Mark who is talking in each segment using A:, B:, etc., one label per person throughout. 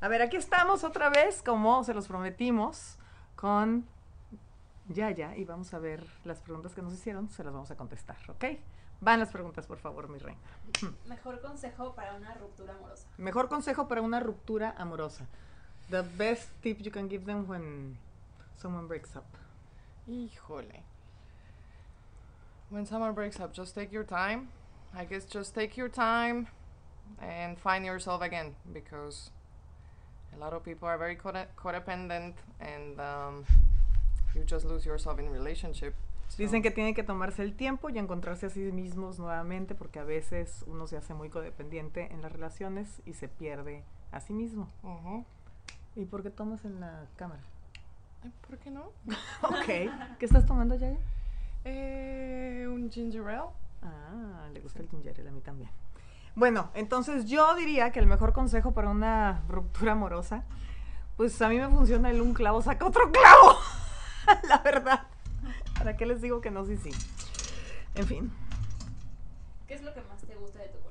A: A ver, aquí estamos otra vez, como se los prometimos, con Yaya, y vamos a ver las preguntas que nos hicieron, se las vamos a contestar, ¿ok? Van las preguntas, por favor, mi reina.
B: Mejor consejo para una ruptura amorosa.
A: Mejor consejo para una ruptura amorosa. The best tip you can give them when someone breaks up.
C: Híjole. When someone breaks up, just take your time. I guess just take your time and find yourself again because a lot of people are very code- codependent and um, you just lose yourself in relationship.
A: Dicen que tienen que tomarse el tiempo y encontrarse a sí mismos nuevamente porque a veces uno se hace muy codependiente en las relaciones y se pierde a sí mismo.
C: Ujú.
A: ¿Y por qué tomas en la cámara?
C: Ay, ¿Por qué no?
A: Ok. ¿Qué estás tomando, Yaya?
C: Eh, un ginger ale.
A: Ah, le gusta el ginger ale, a mí también. Bueno, entonces yo diría que el mejor consejo para una ruptura amorosa, pues a mí me funciona el un clavo saca otro clavo. la verdad. ¿Para qué les digo que no sí sí? En fin,
B: ¿Qué es lo que más te gusta de tu cuerpo?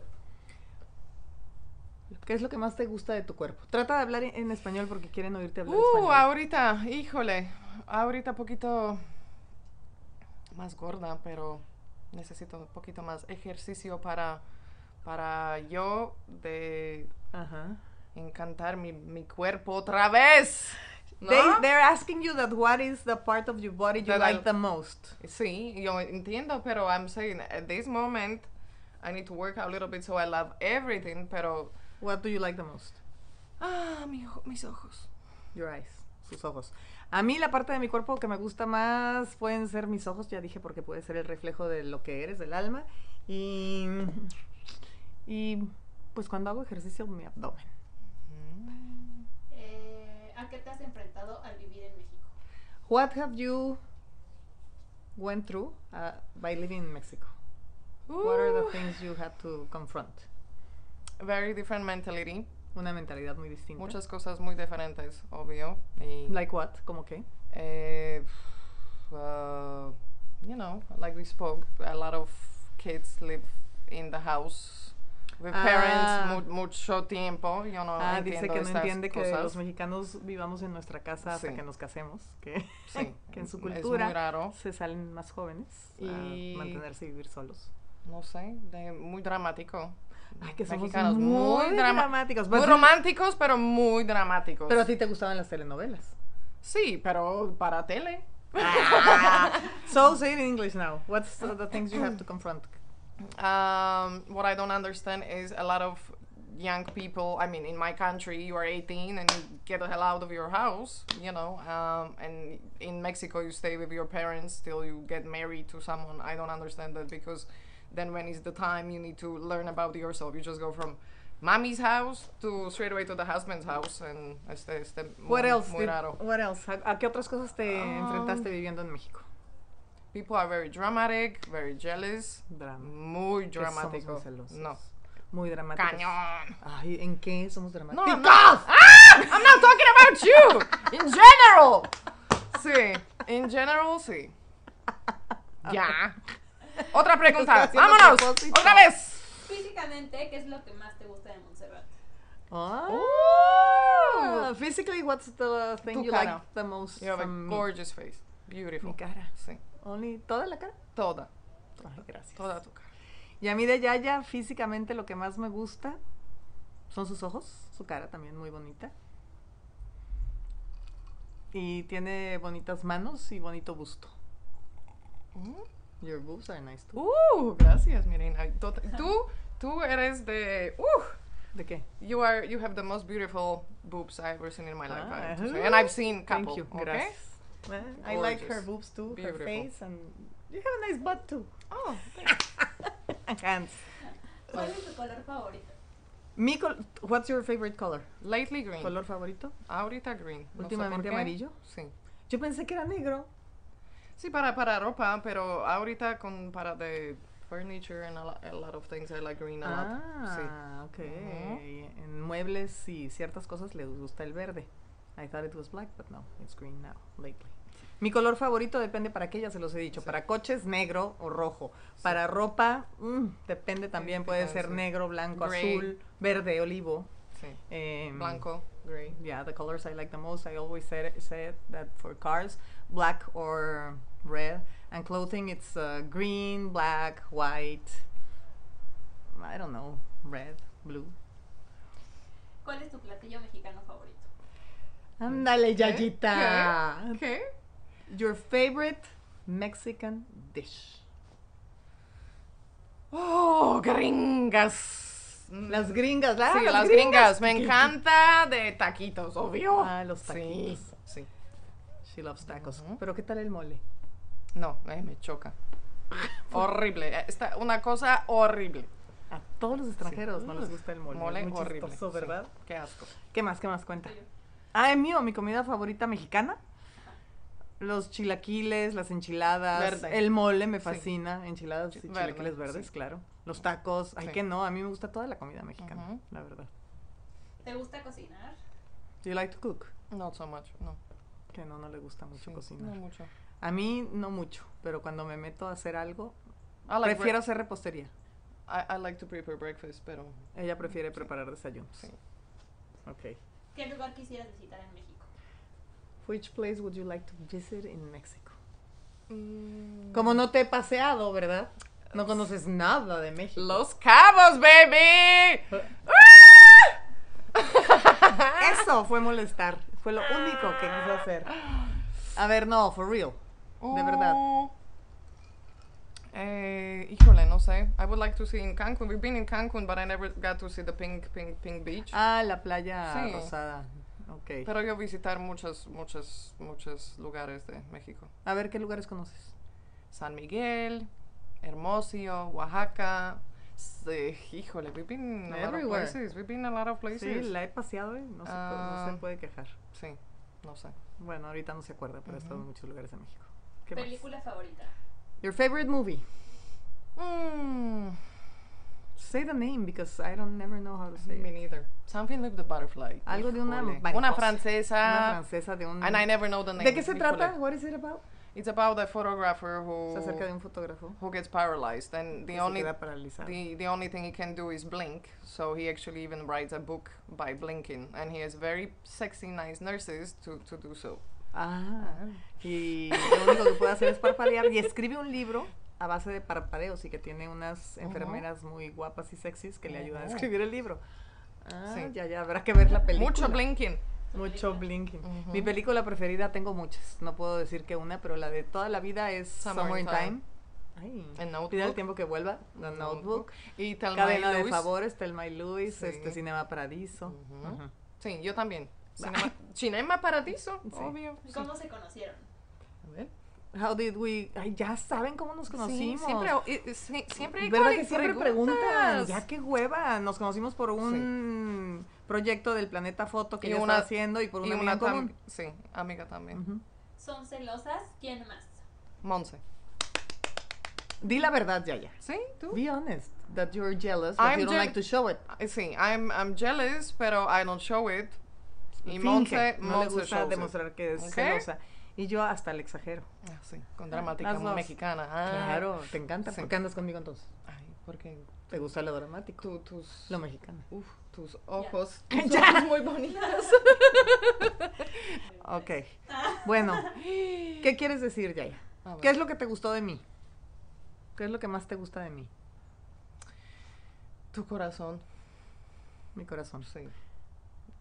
A: ¿qué es lo que más te gusta de tu cuerpo? Trata de hablar en en español porque quieren oírte hablar
C: Uh,
A: español.
C: ahorita, híjole. Ahorita poquito más gorda, pero necesito un poquito más ejercicio para, para yo de
A: Ajá.
C: encantar mi, mi cuerpo otra vez. ¿no?
A: They, they're asking you that what is the part of your body you
C: That I-
A: like the most.
C: Sí, yo entiendo, pero I'm saying at this moment I need to work out a little bit so I love everything, pero
A: What do you like the most?
C: ah, mi ojo- mis ojos.
A: Your eyes, sus ojos. A mí la parte de mi cuerpo que me gusta más pueden ser mis ojos, ya dije, porque puede ser el reflejo de lo que eres, del alma. Y, y pues cuando hago ejercicio, mi abdomen.
B: Eh, ¿A qué te has enfrentado al vivir en México?
A: What have you went through uh, by living in Mexico? What are the
C: Ooh,
A: things you had to confront?
C: Very different mentality.
A: Una mentalidad muy distinta.
C: Muchas cosas muy diferentes, obvio. Y,
A: Like what? ¿Cómo qué?
C: eh, uh, you know, like we spoke, a lot of kids live in the house with
A: Ah.
C: parents mu- mucho tiempo. Yo no
A: ah,
C: entiendo
A: dice que no
C: estas
A: entiende que
C: cosas.
A: los mexicanos vivamos en nuestra casa hasta
C: Sí.
A: que nos casemos. Que
C: Sí,
A: que en su
C: Es
A: cultura
C: muy raro.
A: se salen más jóvenes
C: Y-
A: a mantenerse y vivir solos.
C: No sé, de- muy dramático.
A: Ay, que somos
C: Mexicanos
A: muy,
C: muy drama-
A: dramáticos. Pues,
C: Muy
A: Pero-
C: románticos, pero muy dramáticos.
A: Pero a ti te gustaban las telenovelas.
C: sí, pero para tele.
A: so say it in English now. What's the, the things you have to confront?
C: Um, what I don't understand is a lot of young people. I mean, in my country, you are 18 and you get the hell out of your house, you know. Um, and in Mexico, you stay with your parents till you get married to someone. I don't understand that because then when is the time you need to learn about yourself? You just go from mommy's house to straight away to the husband's house, and este, este
A: What
C: muy,
A: else?
C: muy
A: did-
C: raro.
A: what else? ¿A, a qué otras cosas te
C: Um,
A: enfrentaste viviendo en México?
C: People are very dramatic, very jealous,
A: Drama.
C: muy
A: Que somos muy
C: Mm, dramático.
A: celosos.
C: No,
A: Muy dramáticos.
C: cañón.
A: Ay, ¿en qué somos dramáticos?
C: I'm not, ah, I'm not talking about you. In general. Sí. In general, sí. Ya. Otra pregunta.
A: haciendo
C: Vámonos.
A: propósito.
C: Otra vez.
B: Físicamente, ¿qué es lo que más te gusta de Montserrat?
A: Ah, physically, what's the thing
C: Oh. Tu
A: you
C: cara.
A: like the most?
C: You have a
A: from me?
C: gorgeous face. Beautiful.
A: Mi cara.
C: Sí.
A: Only, ¿Toda la cara?
C: Toda.
A: Ay, gracias.
C: Toda tu cara.
A: Y a mí de Yaya, físicamente lo que más me gusta son sus ojos, su cara también muy bonita. Y tiene bonitas manos y bonito busto. Mm. Your boobs are nice too.
C: Uh, gracias, Mirina. Tot- Tú, tú eres de. Uh,
A: ¿De qué?
C: you are. You have the most beautiful boobs I've ever seen in my life. I have to
A: Ah.
C: say. And I've seen couple.
A: Thank you.
C: okay?
A: Gracias. I like her
C: Gorgeous.
A: boobs too, her
C: Beautiful.
A: face and you have a nice butt too.
C: Oh,
A: And hands.
B: ¿Cuál es tu color favorito?
A: Mi col- what's your favorite color?
C: lately green.
A: ¿Color favorito?
C: Ahorita green. No sé por
A: Últimamente
C: qué.
A: amarillo.
C: Sí.
A: Yo pensé que era negro.
C: Sí, para, para ropa, pero ahorita con para de furniture and a, lo- a lot of things I like green a lot. Sí.
A: Ah, ok. En muebles y ciertas cosas les gusta el verde. I thought it was black, but no, it's green now, lately. Mi color favorito depende para qué, ya se los he dicho.
C: Sí.
A: Para coches, negro o rojo. Para ropa, mm, depende también.
C: Depende,
A: Puede ser
C: sí.
A: negro, blanco,
C: Gray.
A: azul, verde, olivo.
C: Sí.
A: Em,
C: Blanco, gray.
A: Yeah, the colors I like the most. I always said said that for cars, black or red, and clothing it's uh, green, black, white. I don't know, red, blue.
B: ¿Cuál es tu platillo mexicano favorito?
A: Ándale,
C: ¿Qué?
A: Yayita.
C: ¿Qué? ¿Qué?
A: Your favorite Mexican dish.
C: Oh, gringas. Mm,
A: Las gringas, ¿verdad?
C: sí, las gringas. Me encanta de taquitos, obvio.
A: Ah, los taquitos.
C: Sí, sí.
A: She loves tacos.
C: Ujú.
A: Pero ¿qué tal el mole?
C: No, eh, me choca. horrible. eh, Está una cosa horrible.
A: A todos los extranjeros no les gusta el mole.
C: Mole
A: es muy
C: horrible.
A: chistoso,
C: sí.
A: ¿verdad?
C: Qué asco.
A: ¿Qué más? ¿Qué más cuenta?
B: Tuyo.
A: Ah, es mío, mi comida favorita mexicana. Los chilaquiles, las enchiladas,
C: Verde.
A: el mole me
C: Sí.
A: fascina, enchiladas y
C: Verde,
A: chilaquiles verdes,
C: sí.
A: claro. Los tacos, ay
C: Sí.
A: que no, a mí me gusta toda la comida mexicana,
C: Ujú.
A: la verdad.
B: ¿Te gusta cocinar?
A: Do you like to cook?
C: Not so much, no.
A: Que no, no le gusta mucho
C: Sí,
A: cocinar.
C: No mucho.
A: A mí no mucho, pero cuando me meto a hacer algo,
C: I like
A: prefiero hacer repostería.
C: bre- I, I like to prepare breakfast, pero
A: Ella prefiere preparar desayunos.
C: Sí.
A: Ok.
B: ¿Qué lugar quisieras visitar en México?
A: Which place would you like to visit in Mexico?
C: Mm.
A: Como no te he paseado, ¿verdad? No conoces nada de México.
C: Los Cabos, baby.
A: ¡Ah! Eso fue molestar. Fue lo único que quise hacer. A ver, no, for real. De verdad.
C: Oh. Eh, híjole, no sé. I would like to see in Cancun. We've been in Cancun, but I never got to see the pink, pink, pink beach.
A: Ah, la playa
C: Sí.
A: rosada. Ok.
C: Pero yo visitar muchos, muchos, muchos lugares de México.
A: A ver, ¿qué lugares conoces?
C: San Miguel, Hermosillo, Oaxaca. S- eh, híjole, we've been in a lot of
A: Everywhere.
C: places. We've been in a lot of places.
A: Sí, la he paseado, ¿eh? No se, puede, no se
C: Ah.
A: puede quejar.
C: Sí, no sé.
A: Bueno, ahorita no se acuerda, pero he estado en
C: Ujú.
A: muchos lugares en México. ¿Qué más?
B: ¿Película favorita?
A: Your favorite movie?
C: Mm,
A: Say the name because I don't never know how to say
C: me
A: it.
C: neither. Something with the butterfly.
A: Algo de una
C: Híjole.
A: mariposa.
C: Una francesa.
A: Una francesa de un
C: And Ah. I never know the name.
A: ¿De qué se
C: Híjole.
A: trata? What is it about?
C: It's about a photographer who
A: Es acerca de un fotógrafo
C: who gets paralyzed and
A: que
C: the
A: se
C: only
A: queda paralizado.
C: the, the only thing he can do is blink. So he actually even writes a book by blinking and he has very sexy nice nurses to, to do so.
A: Ah. Y lo único que puede hacer es parpadear y escribe un libro a base de parpadeos y que tiene unas
C: Ujú.
A: enfermeras muy guapas y sexys que le ayudan a
C: Ujú.
A: escribir el libro. Ah,
C: Sí.
A: ya, ya, habrá que ver la película.
C: Mucho blinking.
A: Mucho blinking.
C: Ujú.
A: Mi película preferida, tengo muchas, no puedo decir que una, pero la de toda la vida es Summer,
C: Summer in
A: in Time. Ay.
C: And
A: Pide el
C: notebook.
A: tiempo que vuelva, The Notebook,
C: Y Thelma
A: Cadena
C: y
A: de
C: Luis.
A: Favores, Thelma y Luis,
C: Sí.
A: este, Cinema Paradiso.
C: Ujú.
A: Ajá.
C: Sí, yo también. Cinema, Cinema Paradiso,
A: Sí.
C: obvio. Sí.
B: ¿Cómo se conocieron?
C: A ver.
A: How did we... Ay, ya saben cómo nos
C: Sí,
A: conocimos.
C: siempre, eh, eh, sí, siempre hay
A: ¿Verdad
C: cual-
A: que siempre preguntan? Ya qué hueva. Nos conocimos por un proyecto del Planeta Foto que
C: Y
A: yo
C: una-
A: estaba haciendo y por
C: Y
A: una, amiga
C: una
A: en
C: tam-
A: común.
C: sí, amiga también.
A: Ujú.
B: ¿Son celosas? ¿Quién más?
C: Monse.
A: Di la verdad, Yaya.
C: ¿Sí? ¿Tú?
A: Be honest that you're jealous, but
C: I'm
A: you don't
C: jeal-
A: like to show it.
C: Ah, Sí, I'm, I'm jealous, pero I don't show it. Y
A: Finge.
C: Monse,
A: no le
C: Monse
A: gusta
C: shows it.
A: demostrar que es
C: Ok.
A: celosa. Y yo hasta le exagero.
C: Ah, sí, con dramática
A: Las dos.
C: mexicana. Ah.
A: Claro, te encanta.
C: Sí.
A: ¿Por qué andas conmigo entonces?
C: Ay, porque
A: ¿Te gusta lo dramático?
C: tú, tus,
A: Lo mexicano.
C: uf, tus ojos
A: Ya.
C: son
A: Ya.
C: muy bonitos.
A: Ok. Bueno, ¿qué quieres decir, Yaya?
C: A ver.
A: ¿Qué es lo que te gustó de mí? ¿Qué es lo que más te gusta de mí?
C: Tu corazón,
A: Mi corazón.
C: sí.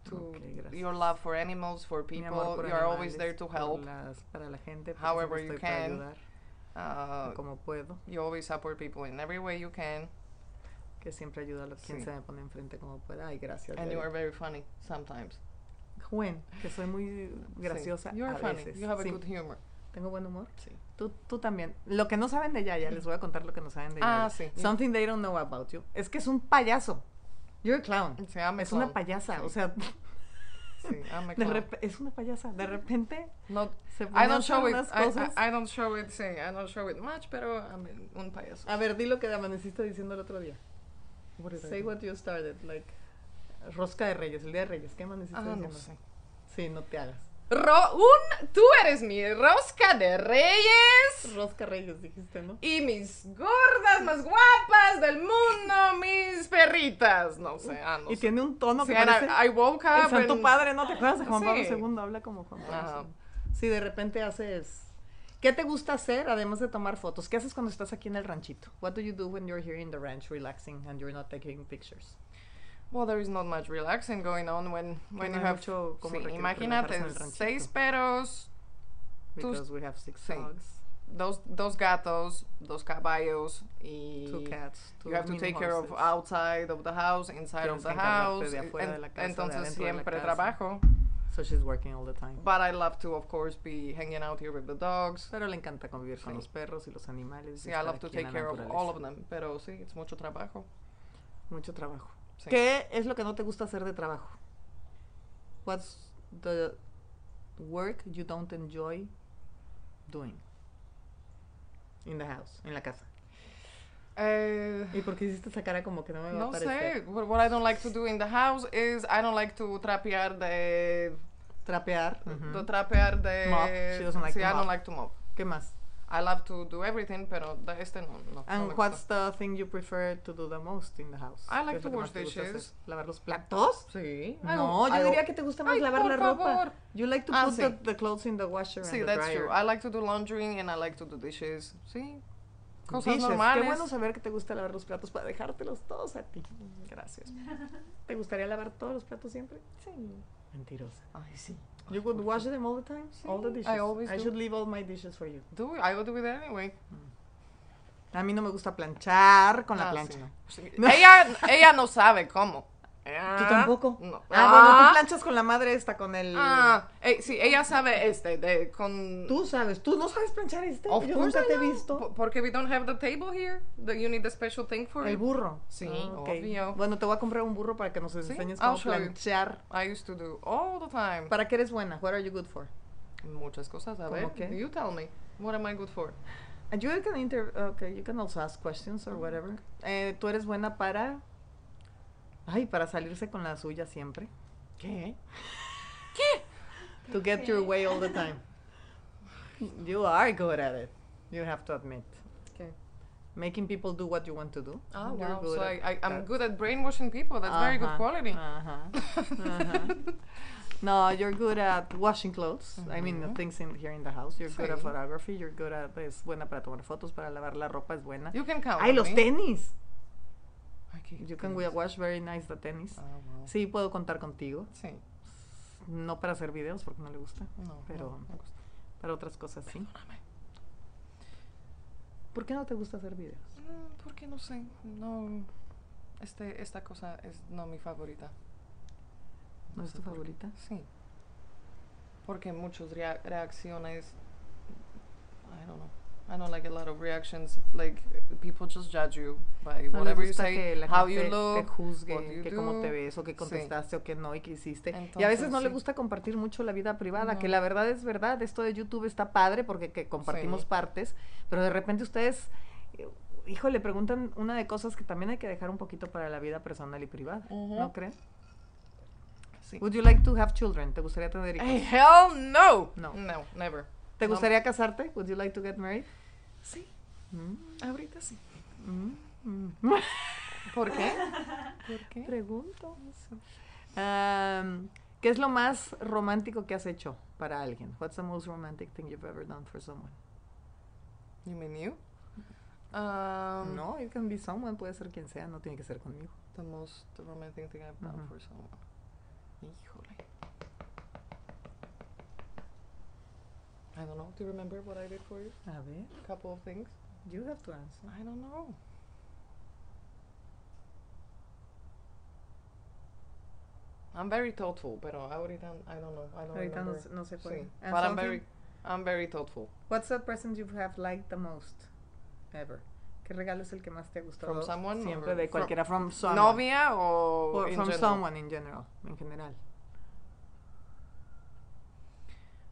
C: Tu,
A: Ok, gracias.
C: your love for animals, for
A: Mi
C: people.
A: amor por
C: you are always
A: animales,
C: there to
A: por
C: help.
A: las- para la gente, por
C: However
A: supuesto,
C: you
A: y para
C: can.
A: ayudar
C: Uh,
A: como puedo,
C: you always support people in every way you can.
A: que siempre ayuda a los quien
C: Sí.
A: se me pone enfrente como pueda. Ay, gracias.
C: And you
A: Yaya.
C: are very funny sometimes.
A: Juan, que soy muy graciosa
C: Sí. You are
A: a
C: funny.
A: veces.
C: You have a
A: Sí,
C: good humor.
A: tengo buen humor.
C: Sí.
A: Tú, tú también. Lo que no saben de Yaya, les voy a contar lo que no saben de Yaya.
C: Ah, sí.
A: Something they don't know about you. Es que es un payaso. You're a clown.
C: Sí, I'm a
A: es una
C: clown.
A: payasa. O
C: Sí.
A: sea,
C: Sí, I'm a
A: de
C: clown.
A: rep- es una payasa. De repente
C: Not-
A: se pone
C: I
A: a
C: don't
A: hacer
C: show it.
A: unas
C: I,
A: cosas.
C: I, I don't show it. Sí, I don't show it much, pero I'm un payaso.
A: A ver, di lo que amaneciste diciendo el otro día.
C: What did I
A: Say
C: do?
A: what you started, like rosca de reyes, el día de reyes, ¿qué amaneciste
C: Ah, no
A: diciendo?
C: sé.
A: Sí, no te hagas.
C: Ro- un, tú eres mi rosca de reyes.
D: Rosca Reyes dijiste, ¿no?
C: Y mis gordas más guapas del mundo, mis perritas. No sé, ah, no
A: Y
C: sé.
A: tiene un tono que
C: Sí, and
A: parece
C: I, I woke up
A: el Santo
C: and-
A: Padre, ¿no? ¿Te acuerdas de Juan Pablo
C: Sí.
A: II? Habla como Juan Pablo
C: Ajá.
A: II.
D: Si de repente haces...
A: ¿Qué te gusta hacer además de tomar fotos? ¿Qué haces cuando estás aquí en el ranchito? What do you do when you're here in the ranch relaxing and you're not taking pictures?
C: Well, there is not much relaxing going on when, when
A: no hay
C: you have.
A: mucho como
C: sí,
A: re- que relajarse
C: imagínate,
A: en el ranchito.
C: seis perros, Tus-
A: Because we have six
C: sí.
A: dogs,
C: dos, dos gatos, dos caballos y.
A: two cats, two
C: you have to
A: mini
C: take care of
A: horses.
C: outside of the house, inside
A: Tienes
C: of the
A: que encargarte
C: house.
A: de afuera de
C: en-
A: la casa, de
C: entonces
A: adentro de la
C: siempre
A: casa.
C: trabajo.
A: So she's working all the time.
C: But I love to, of course, be hanging out here with the dogs.
A: Pero le encanta convivir con
C: Sí.
A: los perros y los animales. y
C: Sí, I
A: estar
C: love to
A: aquí en
C: take
A: la
C: care of
A: naturaleza.
C: all of them. Pero sí, es mucho trabajo.
A: Mucho trabajo.
C: Sí.
A: ¿Qué es lo que no te gusta hacer de trabajo? What's the work you don't enjoy doing? In the house, en la casa.
C: Eh,
A: ¿Y por qué hiciste esa cara como que no me va a
C: no
A: parecer?
C: sé. What what I don't like to do in the house is I don't like to trapear de.
A: Trapear.
C: To
A: ujú.
C: trapear de.
A: Mop. She doesn't like
C: sí,
A: to
C: I
A: mop.
C: don't like to mop.
A: ¿Qué más?
C: I love to do everything, pero de este no. no, no
A: And
C: me
A: what's
C: gusta.
A: the thing you prefer to do the most in the house?
C: I
A: ¿Qué
C: like
A: es lo
C: to
A: que
C: wash
A: más te gusta hacer?
C: dishes.
A: ¿Lavar los platos?
C: Sí. I
A: No,
C: don't-
A: yo
C: I
A: diría
C: don't-
A: que te gusta más
C: Ay,
A: lavar
C: por
A: la ropa.
C: favor.
A: You like to
C: Ah,
A: put
C: sí.
A: the, the clothes in the washer
C: Sí,
A: and the
C: that's
A: dryer.
C: true. Ah, I like to do laundry and I like to do dishes. Sí. Cosas
A: Dishes.
C: normales.
A: Qué bueno saber que te gusta lavar los platos para dejártelos todos a ti.
C: Gracias.
A: ¿Te gustaría lavar todos los platos siempre?
C: Sí.
A: Mentirosa.
C: Ay, sí.
A: You would wash them all the time? all the
C: Sí, I
A: dishes.
C: always do.
A: should leave all my dishes for you.
C: Do it. I will do it anyway.
A: A mí no me gusta planchar con la
C: Ah,
A: plancha.
C: sí. Sí.
A: No.
C: Ella, ella no sabe cómo.
A: ¿Tú tampoco?
C: No.
A: Ah, bueno,
C: Ah.
A: tú planchas con la madre esta, con el...
C: Ah, eh, sí, ella sabe este, de, con...
A: Tú sabes, tú no sabes planchar este.
C: Of
A: Yo
C: course
A: nunca
C: I
A: te he
C: know.
A: visto.
C: Po- Porque we don't have the table here. that you need a special thing for
A: El
C: it.
A: burro.
C: Sí,
A: Ah, ok.
C: obvio.
A: Bueno, te voy a comprar un burro para que nos enseñes
C: I'll
A: cómo
C: show you.
A: planchar.
C: I used to do all the time.
A: ¿Para qué eres buena? What are you good for?
C: Muchas cosas, a
A: ¿Cómo
C: ver.
A: qué?
C: You tell me. What am I good for?
A: And you can inter okay, you can also ask questions or whatever. Eh, tú eres buena para ay, para salirse con la suya siempre.
C: ¿Qué?
A: To get your way all the time. You are good at it. You have to admit.
C: ¿Qué?
A: Making people do what you want to do.
C: Ah,
A: You're
C: wow.
A: good
C: So
A: at
C: I, I, I'm
A: that. Uh-huh.
C: good at brainwashing people. That's very good
A: Ajá,
C: quality.
A: ajá, ajá. No, you're good at washing clothes. I mean, the
C: Ujú.
A: things in here in the house. You're good at
C: Sí.
A: photography. You're good at es buena para tomar fotos, para lavar la ropa es buena.
C: You can count.
A: Ay,
C: on
A: los
C: me.
A: tenis.
C: Ay, qué
A: You can
C: ¿eh? tenis.
A: wash very nice the tenis.
C: Ah, wow.
A: Sí, puedo contar contigo.
C: Sí.
A: No para hacer videos porque no le gusta.
C: No,
A: Pero-
C: no, me gusta.
A: Para otras cosas sí.
C: Perdóname.
A: ¿Por qué no te gusta hacer videos?
C: Mm, Porque no sé, no. Este, esta cosa es no mi favorita.
A: ¿No es
C: sé
A: tu
C: por qué.
A: favorita?
C: Sí. Porque muchas rea- reacciones. I don't know. I don't like a lot of reactions. Like people just judge you by
A: No le
C: whatever you
A: gusta
C: say,
A: que la
C: how
A: gente
C: you look,
A: te juzgue,
C: what you
A: que cómo te
C: do.
A: ves o que
C: Sí.
A: contestaste o que no y que hiciste. y a veces
C: Entonces,
A: no le
C: sí.
A: gusta compartir mucho la vida privada, que
C: No.
A: la verdad es verdad. Esto de YouTube está padre porque que compartimos
C: Sí.
A: partes, pero de repente ustedes, eh, hijo, le preguntan una de cosas que también hay que dejar un poquito para la vida personal y privada,
C: Ujú.
A: ¿no creen?
C: Sí.
A: Would you like to have children? ¿Te gustaría tener hijos?
C: Hey, hell no!
A: No.
C: No, never.
A: ¿Te
C: no.
A: gustaría casarte? Would you like to get married?
C: Sí, Ah.
A: Mm,
C: ahorita sí.
A: mm, mm.
C: ¿Por qué? ¿Por qué?
A: Pregunto. Um, ¿Qué es lo más romántico que has hecho para alguien? What's the most romantic thing you've ever done for someone?
C: You mean you? Um,
A: no, it can be someone, puede ser quien sea, no tiene que ser conmigo.
C: The most romantic thing I've done
A: Ujú.
C: for someone. Híjole. I don't know. Do you remember what I did for you?
A: A ver,
C: A couple of things.
A: you have to answer.
C: I don't know. I'm very thoughtful, pero ahorita I don't know. I don't
A: Ahorita no,
C: remember.
A: sé- no sé cuál.
C: Sí,
A: And
C: but I'm
A: something-
C: very, I'm very thoughtful.
A: What's the present you have liked the most ever? ¿Qué regalo es el que más te ha gustado?
C: From someone
A: Siempre
C: or
A: de
C: from-
A: cualquiera, from someone.
C: Novia o
A: Or
C: in
A: from
C: general?
A: someone in general, en general.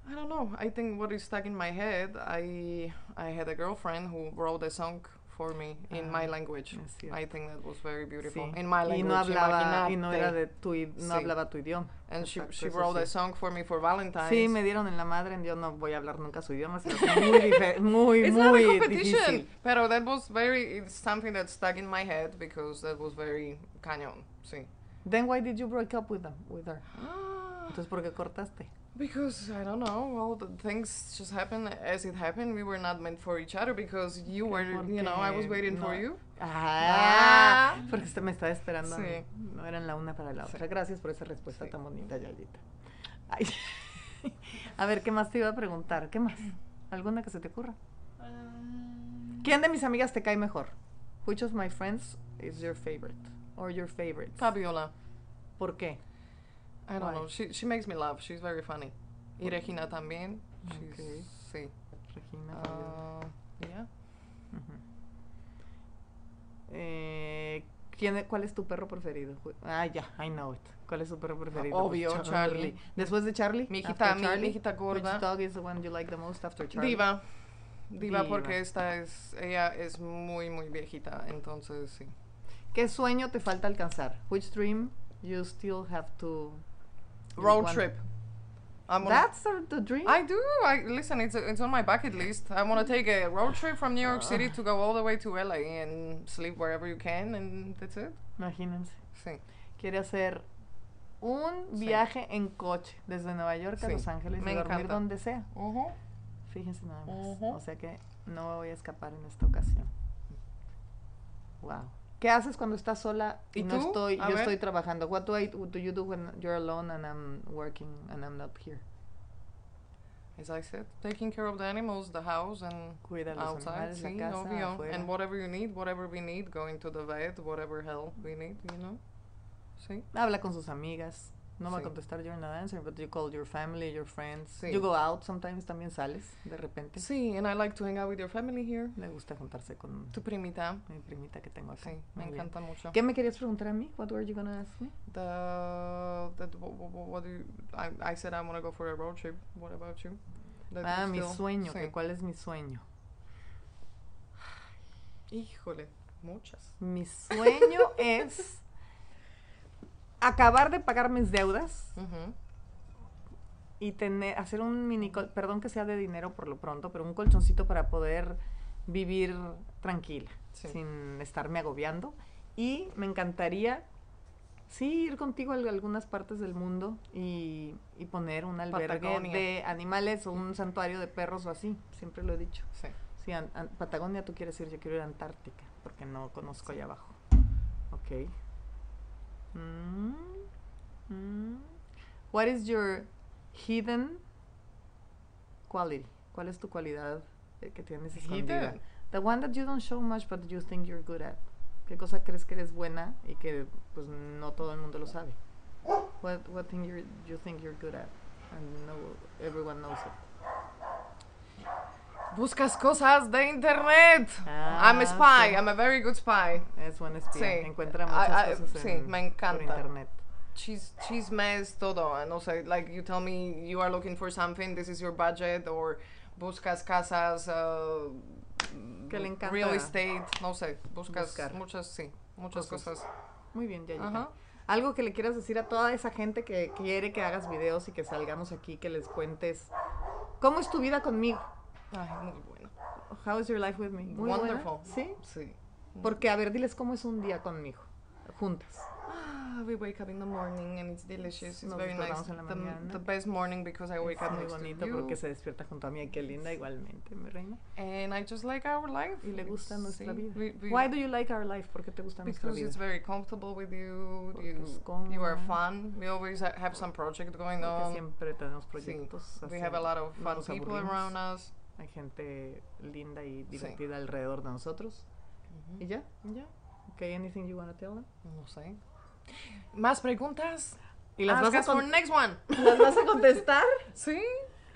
C: I don't know. I think what is stuck in my head, I I had a girlfriend who wrote a song for me in my language.
A: es cierto.
C: I think that was very beautiful.
A: Ah, Sí.
C: In my
A: y
C: language,
A: no hablaba, y no,
C: immaginate.
A: era de tu, i- no
C: Sí.
A: hablaba tu idioma.
C: And she,
A: Exacto,
C: she
A: eso
C: wrote
A: sí.
C: a song for me for Valentine's.
A: Sí, me dieron en la madre, yo no voy a hablar nunca su idioma, sino que es muy, dife- muy,
C: It's not a
A: muy
C: competition,
A: difícil.
C: pero that was very, it's something that stuck in my head because that was very cañón, sí.
A: Then why did you break up with, them, with her? Entonces, ¿por qué cortaste?
C: Because I don't know, all the things just happened as it happened. We were not meant for each other because you were, you know, I was
A: porque
C: waiting for
A: no-
C: you.
A: Ah,
C: Ah.
A: porque usted me estaba esperando. a mí.
C: Sí.
A: No eran la una para la otra. Gracias por esa respuesta tan bonita, Yayita. Ay. A ver, ¿qué más te iba a preguntar? ¿Qué más? ¿Alguna que se te ocurra?
B: Mm,
A: ¿Quién de mis amigas te cae mejor? Which of my friends is your favorite? Or your favorite?
C: Fabiola,
A: ¿Por qué?
C: I don't
A: Why?
C: know. She she makes me laugh. She's very funny. Y Regina también. She's
A: Okay.
C: sí.
A: Regina. Fabiola.
C: Uh, yeah.
A: Ujú. Eh, ¿quién e- ¿Cuál es tu perro preferido? Ju- Ah, ya, I know it. ¿Cuál es tu perro preferido? Pues
C: Ah, obvio, Charlie.
A: ¿Después de Charlie?
C: Mi
A: After
C: hijita, mi, mi
A: Charlie?
C: hijita
A: Which
C: gorda.
A: dog is the one you like the most after Charlie?
C: Diva. Diva
A: Diva.
C: porque esta es ella es muy muy viejita, entonces sí.
A: ¿Qué sueño te falta alcanzar? Which dream you still have to you
C: Road
A: want-
C: trip. I'm on-
A: That's the, the dream.
C: I do. I listen. It's it's on my bucket list. I want to take a road trip from New York City to go all the way to LA and sleep wherever you can, and that's it.
A: Imagínense.
C: Sí.
A: Quiere hacer un
C: Sí.
A: viaje en coche desde Nueva York a
C: Sí,
A: Los Ángeles
C: me
A: y dormir
C: encanta.
A: donde sea.
C: Ujú.
A: Fíjense nada más.
C: Ujú.
A: O sea que no me voy a escapar en esta ocasión. Wow. ¿Qué haces cuando estás sola y,
C: ¿Y
A: no
C: tú?
A: estoy,
C: A
A: yo
C: ver.
A: estoy trabajando? What do I do you do when you're alone and I'm working and I'm not here?
C: As I said, taking care of the animals, the house, and
A: Cuida a los
C: outside,
A: animales, la
C: sí,
A: casa,
C: obvio.
A: afuera.
C: And whatever you need, whatever we need, going to the vet, whatever help we need, you know. Sí.
A: Habla con sus amigas. No va a
C: Sí.
A: contestar you're not answering, but you call your family, your friends.
C: Sí.
A: You go out sometimes también sales de repente.
C: Sí, and I like to hang out with your family here.
A: Le gusta juntarse con
C: Tu primita.
A: mi primita que tengo acá.
C: Sí, me
A: Muy bien.
C: encanta mucho.
A: ¿Qué me querías preguntar a mí? What were you gonna ask me?
C: The, that, what, what do you, I, I said I want to go for a road trip. What about you? That
A: Ah,
C: you
A: mi
C: still-
A: sueño. que
C: Sí.
A: ¿Cuál es mi sueño?
C: Híjole, muchas.
A: Mi sueño es acabar de pagar mis deudas
C: Ujú.
A: y tener, hacer un mini, col- perdón que sea de dinero por lo pronto, pero un colchoncito para poder vivir tranquila,
C: Sí.
A: sin estarme agobiando. Y me encantaría, sí, ir contigo a al- algunas partes del mundo y, y poner un albergue
C: Patagonia.
A: de animales o un santuario de perros o así, siempre lo he dicho.
C: Sí.
A: Sí, an- an- Patagonia tú quieres ir, yo quiero ir a Antártica, porque no conozco allá abajo. Ok. Mm, mm. What is your hidden quality? ¿Cuál es tu cualidad eh, que tienes escondida?
C: Hidden.
A: The one that you don't show much but you think you're good at. ¿Qué cosa crees que eres buena y que pues no todo el mundo lo sabe? What, what thing you're, you think you're good at and no, everyone knows it?
C: Buscas cosas de internet.
A: Ah,
C: I'm a spy.
A: sí.
C: I'm a very good spy.
A: Es buen espía.
C: Sí.
A: Encuentra
C: Ah,
A: muchas
C: ah,
A: cosas
C: sí,
A: en, por
C: me encanta.
A: internet.
C: cheese chismes todo and also like you tell me you are looking for something this is your budget or buscas casas uh,
A: Que le encanta
C: real estate no sé buscas
A: buscar.
C: muchas sí muchas
A: Cosas.
C: cosas,
A: Muy bien, ya
C: Ajá.
A: Algo que le quieras decir a toda esa gente que quiere que hagas videos y que salgamos aquí, que les cuentes. ¿Cómo es tu vida conmigo?
C: ay muy bueno
A: How is your life with me? Muy buena,
C: wonderful
A: ¿Sí?
C: sí
A: Porque, a ver, diles cómo es un día conmigo, juntas.
C: Ah, we wake up in the morning and it's delicious. It's
A: Nos
C: very nice.
A: despertamos en la
C: The,
A: mañana.
C: the best morning because I wake
A: Es
C: up
A: muy
C: next to
A: bonito
C: you.
A: porque se despierta junto a mí. Ay, Qué linda, igualmente, mi reina.
C: And I just like our life.
A: Y le gusta
C: It's-
A: nuestra
C: sí,
A: vida.
C: we- we-
A: Why do you like our life? ¿Por qué te gusta nuestra
C: because
A: vida?
C: it's very comfortable with you.
A: Porque
C: You,
A: es
C: you are
A: cómodo.
C: fun. We always ha- have some project going
A: Porque
C: on.
A: siempre tenemos proyectos.
C: We
A: así,
C: have a lot of
A: no
C: fun
A: nos
C: people
A: aburrimos.
C: around us.
A: Hay gente linda y
C: Sí.
A: divertida alrededor de nosotros. ¿Y ya?
C: Ya.
A: Ok, anything you wanna tell them?
C: No sé. ¿Más preguntas?
A: ¿Y las
C: Ask
A: vas, a
C: us for
A: Ah, con-
C: next one.
A: las vas a contestar?
C: Sí.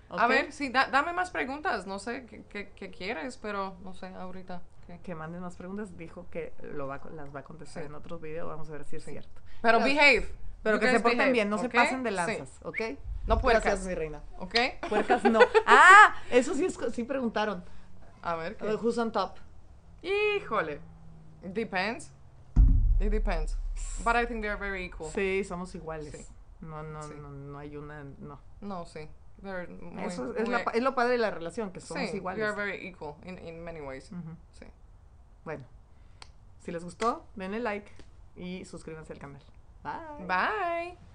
C: A
A: Ok.
C: ver, sí, da- dame más preguntas. No sé qué, qué- qué quieres, pero no sé, ahorita. ¿qué?
A: Que manden más preguntas. Dijo que lo va, a co- las va a contestar
C: Sí.
A: en otro video. Vamos a ver si es
C: Sí.
A: cierto.
C: Pero
A: Claro.
C: behave.
A: Pero
C: You
A: que se
C: guys
A: porten
C: behave,
A: bien, no
C: ¿ok?
A: se pasen de
C: Sí.
A: lanzas, ¿ok?
C: No
A: Gracias,
C: puercas.
A: mi reina.
C: ¿Ok?
A: Puercas no. ¡Ah! Eso sí, es, co- sí preguntaron.
C: A ver, ¿qué?
A: Uh, who's on top?
C: Híjole. Depends. It depends. But I think they're very equal.
A: Sí, somos iguales.
C: Sí.
A: No, no,
C: Sí.
A: no, no hay una, no.
C: No, sí. They're muy,
A: Eso es, es
C: muy-
A: la pa- es lo padre de la relación, que somos
C: sí, we
A: iguales.
C: are very equal in, in many ways.
A: Ujú.
C: Sí.
A: Bueno, si les gustó, denle like y suscríbanse al canal. Bye.
C: Bye.